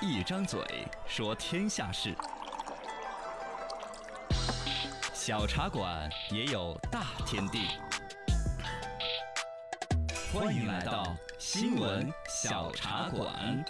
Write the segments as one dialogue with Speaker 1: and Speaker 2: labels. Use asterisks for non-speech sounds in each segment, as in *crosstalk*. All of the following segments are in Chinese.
Speaker 1: 一张嘴说天下事，小茶馆也有大天地。欢迎来到新闻小茶馆。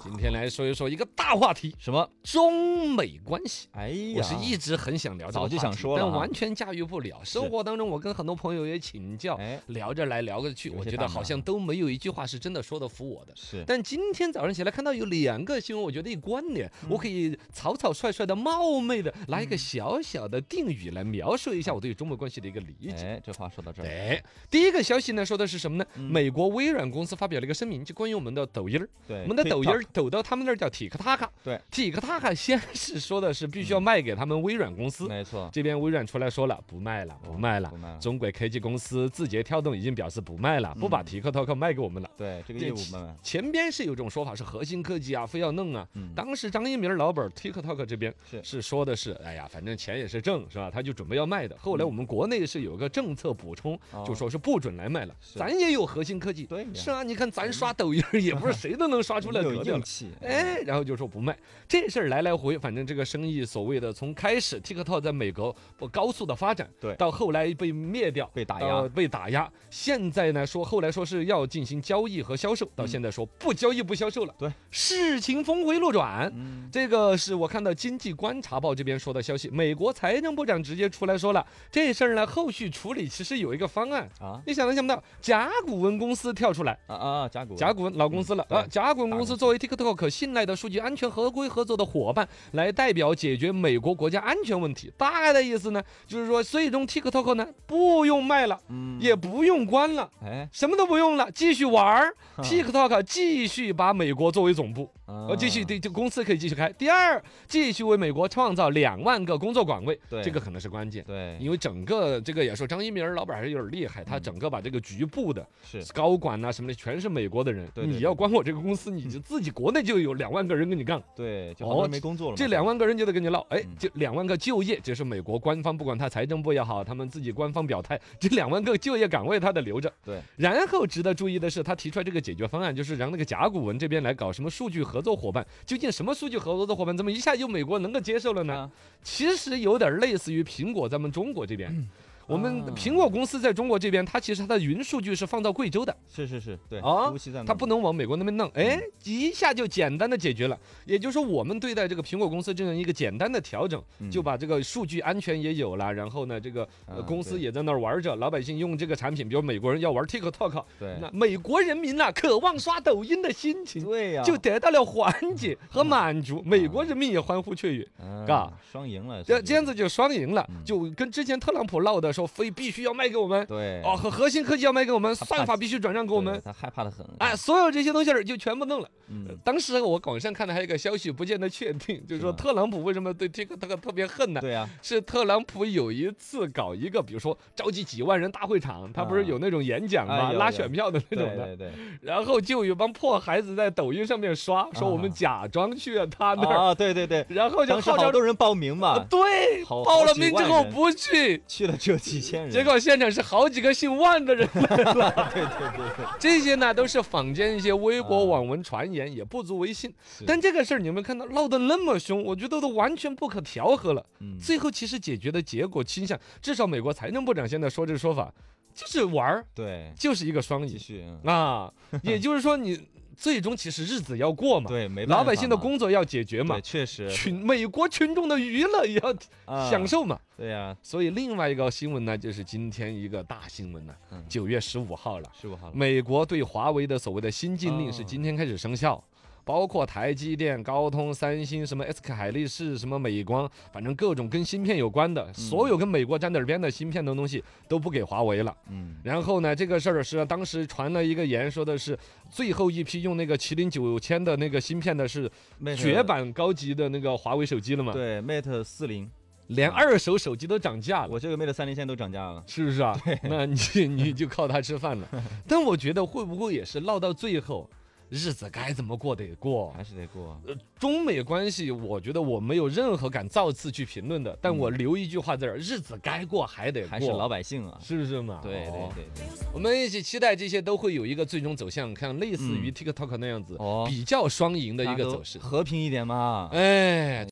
Speaker 2: 今天来说一说一个大话题，
Speaker 3: 什么？
Speaker 2: 中美关系。
Speaker 3: 哎呀，
Speaker 2: 我是一直很想聊这个
Speaker 3: 早
Speaker 2: 话
Speaker 3: 就
Speaker 2: 题，
Speaker 3: 想说了
Speaker 2: 但
Speaker 3: 哈
Speaker 2: 完全驾驭不了。生活当中，我跟很多朋友也请教，
Speaker 3: 哎
Speaker 2: 聊着来聊着去，
Speaker 3: 有一
Speaker 2: 我
Speaker 3: 些
Speaker 2: 觉
Speaker 3: 大
Speaker 2: 得
Speaker 3: 忙
Speaker 2: 好像都没有一句话是真的说得服我的。
Speaker 3: 是
Speaker 2: 但今天早上起来看到有两个新闻，我觉得一关联，
Speaker 3: 嗯
Speaker 2: 我可以草草率率的、冒昧的拿一个小小的定语来描述一下我对中美关系的一个理解。
Speaker 3: 哎，这话说到这儿，
Speaker 2: 哎，第一个消息呢，说的是什么呢？
Speaker 3: 嗯
Speaker 2: 美国微软公司发表了一个声明，就关于我们的抖音儿。
Speaker 3: 对
Speaker 2: 我们的抖音
Speaker 3: TikTok
Speaker 2: 儿抖到他们那儿叫 TikTok。
Speaker 3: 对嗯
Speaker 2: ，TikTok 先是说的是必须要卖给他们微软公司。
Speaker 3: 没错，
Speaker 2: 这边微软出来说了，不卖了，不卖了。
Speaker 3: 不卖了
Speaker 2: 中国科技公司字节跳动已经表示不卖
Speaker 3: 嗯
Speaker 2: 了，不把 TikTok 卖给我们了。
Speaker 3: 对这个业务慢慢
Speaker 2: 前边是有种说法是核心科技啊，非要弄啊。
Speaker 3: 嗯
Speaker 2: 当时张一鸣老板儿 TikTok 这边
Speaker 3: 是
Speaker 2: 是说的是，哎呀，反正钱也是挣，是吧？他就准备要卖的。后来我们国内是有个政策补充，
Speaker 3: 嗯哦
Speaker 2: 就说是不准来卖了。
Speaker 3: 是
Speaker 2: 咱也有核心科技，
Speaker 3: 对呀
Speaker 2: 是啊，你看咱刷抖音儿 *laughs* 也不是谁都能刷出来
Speaker 3: 有
Speaker 2: 得的
Speaker 3: 硬
Speaker 2: 了。
Speaker 3: 气，
Speaker 2: 哎，然后就说不卖这事儿来来回，反正这个生意所谓的从开始 TikTok 在美国不高速的发展，
Speaker 3: 对
Speaker 2: 到后来被灭掉，
Speaker 3: 被打
Speaker 2: 到
Speaker 3: 压，
Speaker 2: 呃被打压。现在呢，说后来说是要进行交易和销售，到现在说不交易不销售了。
Speaker 3: 嗯对，
Speaker 2: 事情峰回路转。
Speaker 3: 嗯，
Speaker 2: 这个是我看到《经济观察报》这边说的消息，美国财政部长直接出来说了，这事儿呢后续处理其实有一个方案。
Speaker 3: 啊
Speaker 2: 你想都想不到，甲骨文公司跳出来，
Speaker 3: 啊啊，甲骨文
Speaker 2: 甲骨文老公司了
Speaker 3: 嗯
Speaker 2: 啊！
Speaker 3: 对
Speaker 2: 甲骨文公司作为 TikTok 可信赖的数据安全合规合作的伙伴，来代表解决美国国家安全问题。大概的意思呢，就是说，最终 TikTok 呢不用卖了，
Speaker 3: 嗯
Speaker 2: 也不用关了，
Speaker 3: 哎，
Speaker 2: 什么都不用了，继续玩儿。TikTok
Speaker 3: 嗯
Speaker 2: 继续把美国作为总部，
Speaker 3: 我
Speaker 2: 呃，继续对这个公司可以继续开。第二，继续为美国创造两万个工作岗位，
Speaker 3: 对
Speaker 2: 这个可能是关键。
Speaker 3: 对，嗯
Speaker 2: 因为整个这个也说张一鸣儿老板还是有点厉害，他整个把这个局部的
Speaker 3: 是
Speaker 2: 高管啊呐、什么的，全是美国的人。
Speaker 3: 对嗯对
Speaker 2: 你要管我这个公司，你就自己国内就有两万个人跟你杠，
Speaker 3: 对，就好多
Speaker 2: 哦
Speaker 3: 人没工作了嘛，
Speaker 2: 这两万个人就得跟你闹。哎
Speaker 3: 嗯，
Speaker 2: 就两万个就业，这是美国官方，不管他财政部也好，他们自己官方表态，这两万个就业岗位他得留着。
Speaker 3: 对，
Speaker 2: 然后值得注意的是，他提出来这个解决方案，就是让那个甲骨文这边来搞什么数据合作伙伴，究竟什么数据合作伙伴，怎么一下就美国能够接受了呢
Speaker 3: 啊？
Speaker 2: 其实有点类似于苹果咱们中国这边。我们
Speaker 3: 啊
Speaker 2: 苹果公司在中国这边，它其实它的云数据是放到贵州的，
Speaker 3: 是是是，对，
Speaker 2: 啊
Speaker 3: 服务器在那
Speaker 2: 它
Speaker 3: 儿
Speaker 2: 不能往美国那边弄，
Speaker 3: 嗯
Speaker 2: 哎，一下就简单的解决了。也就是说，我们对待这个苹果公司这样一个简单的调整，
Speaker 3: 嗯
Speaker 2: 就把这个数据安全也有了，然后呢，这个呃
Speaker 3: 啊
Speaker 2: 公司
Speaker 3: 对
Speaker 2: 也在那儿玩着，老百姓用这个产品，比如美国人要玩 TikTok，
Speaker 3: 对
Speaker 2: 那美国人民呐、渴望刷抖音的心
Speaker 3: 哎
Speaker 2: 情
Speaker 3: 对啊呀，
Speaker 2: 就得到了缓解和满足，美国人民也欢呼雀跃。
Speaker 3: 嗯
Speaker 2: 嘎
Speaker 3: 双赢了，
Speaker 2: 这
Speaker 3: 是
Speaker 2: 这样子就双赢了
Speaker 3: 嗯，
Speaker 2: 就跟之前特朗普闹的说非必须要卖给我们，
Speaker 3: 对
Speaker 2: 哦，和核心科技要卖给我们，
Speaker 3: 他怕
Speaker 2: 算法必须转让给我
Speaker 3: 对
Speaker 2: 们，
Speaker 3: 他害怕的很，
Speaker 2: 哎，所有这些东西儿就全部弄了。呃
Speaker 3: 嗯，
Speaker 2: 当时我网上看的还有一个消息，不见得确定，就是说
Speaker 3: 是吗
Speaker 2: 特朗普为什么对 TikTok 特别恨呢？
Speaker 3: 对呀，
Speaker 2: 是特朗普有一次搞一个，比如说召集几万人大会场，他不是
Speaker 3: 啊
Speaker 2: 有那种演讲
Speaker 3: 哎
Speaker 2: 吗？
Speaker 3: 有
Speaker 2: 拉
Speaker 3: 有
Speaker 2: 选票的那
Speaker 3: 对
Speaker 2: 种
Speaker 3: 对
Speaker 2: 的，
Speaker 3: 对，
Speaker 2: 然后就有一帮破孩子在抖音上面刷，说我们
Speaker 3: 啊
Speaker 2: 假装去了他那儿，
Speaker 3: 啊，对对对，
Speaker 2: 然后就
Speaker 3: 当时
Speaker 2: 号
Speaker 3: 好
Speaker 2: 召
Speaker 3: 多人报名
Speaker 2: 啊
Speaker 3: 嘛，
Speaker 2: 对，
Speaker 3: 好
Speaker 2: 报
Speaker 3: 好
Speaker 2: 了
Speaker 3: 几
Speaker 2: 名之
Speaker 3: 万
Speaker 2: 后
Speaker 3: 人嗯
Speaker 2: 不去，
Speaker 3: 去了只有几千人，
Speaker 2: *laughs* 结果现场是好几个姓万的人来了。
Speaker 3: 对对对对，
Speaker 2: 这些呢都是坊间一些微博
Speaker 3: 啊
Speaker 2: 网文传言，也不足为信
Speaker 3: 是。
Speaker 2: 但这个事儿你们看到闹得那么凶，我觉得都完全不可调和了。
Speaker 3: 嗯，
Speaker 2: 最后其实解决的结果倾向，至少美国财政部长现在说这说法，就是玩儿，
Speaker 3: 对，
Speaker 2: 就是一个双
Speaker 3: 继
Speaker 2: 赢
Speaker 3: 续，嗯
Speaker 2: 啊。也就是说，你最终其实日子要过嘛，
Speaker 3: 对，没办
Speaker 2: 老百
Speaker 3: 法
Speaker 2: 姓的
Speaker 3: 嘛
Speaker 2: 工作要解决嘛
Speaker 3: 对，，确实
Speaker 2: 群美国群众的娱乐也要
Speaker 3: 啊
Speaker 2: 享受嘛。
Speaker 3: 对呀，
Speaker 2: 所以另外一个新闻呢，就是今天一个大新闻呢
Speaker 3: 嗯，
Speaker 2: 九月十五号了。
Speaker 3: 十五号了，
Speaker 2: 美国对华为的所谓的新禁令是
Speaker 3: 哦
Speaker 2: 今天开始生效，包括台积电、高通、三星、什么 SK 海力士、什么美光，反正各种跟芯片有关
Speaker 3: 嗯
Speaker 2: 的，所有跟美国沾点边的芯片的东西都不给华为了。
Speaker 3: 嗯，
Speaker 2: 然后呢，这个事儿是当时传了一个言，说的是最后一批用那个麒麟九千的那个芯片的是
Speaker 3: Mate-
Speaker 2: 绝版高级的那个华为手机了嘛，
Speaker 3: 对 Mate 四零，
Speaker 2: 连二手手机都涨价了。
Speaker 3: 我这个 Mate 三零现在都涨价了，
Speaker 2: 是不
Speaker 3: *laughs*
Speaker 2: 是 *laughs* 啊？那你你就靠它吃饭了。但我觉得会不会也是闹到最后，日子该怎么过得过。
Speaker 3: 还是得过。
Speaker 2: 呃，中美关系，我觉得我没有任何敢造次去评论的，但我留一句话在这儿：日子该过还得过，
Speaker 3: 嗯还是老百姓啊。
Speaker 2: 是不是嘛？
Speaker 3: 对
Speaker 2: 哦
Speaker 3: 对对对，
Speaker 2: 我们一起期待这些都会有一个最终走向，看类似于 TikTok 那样子、
Speaker 3: 嗯哦
Speaker 2: 比较双赢的一
Speaker 3: 大
Speaker 2: 个
Speaker 3: 家都
Speaker 2: 走势。
Speaker 3: 和平一点嘛。
Speaker 2: 哎，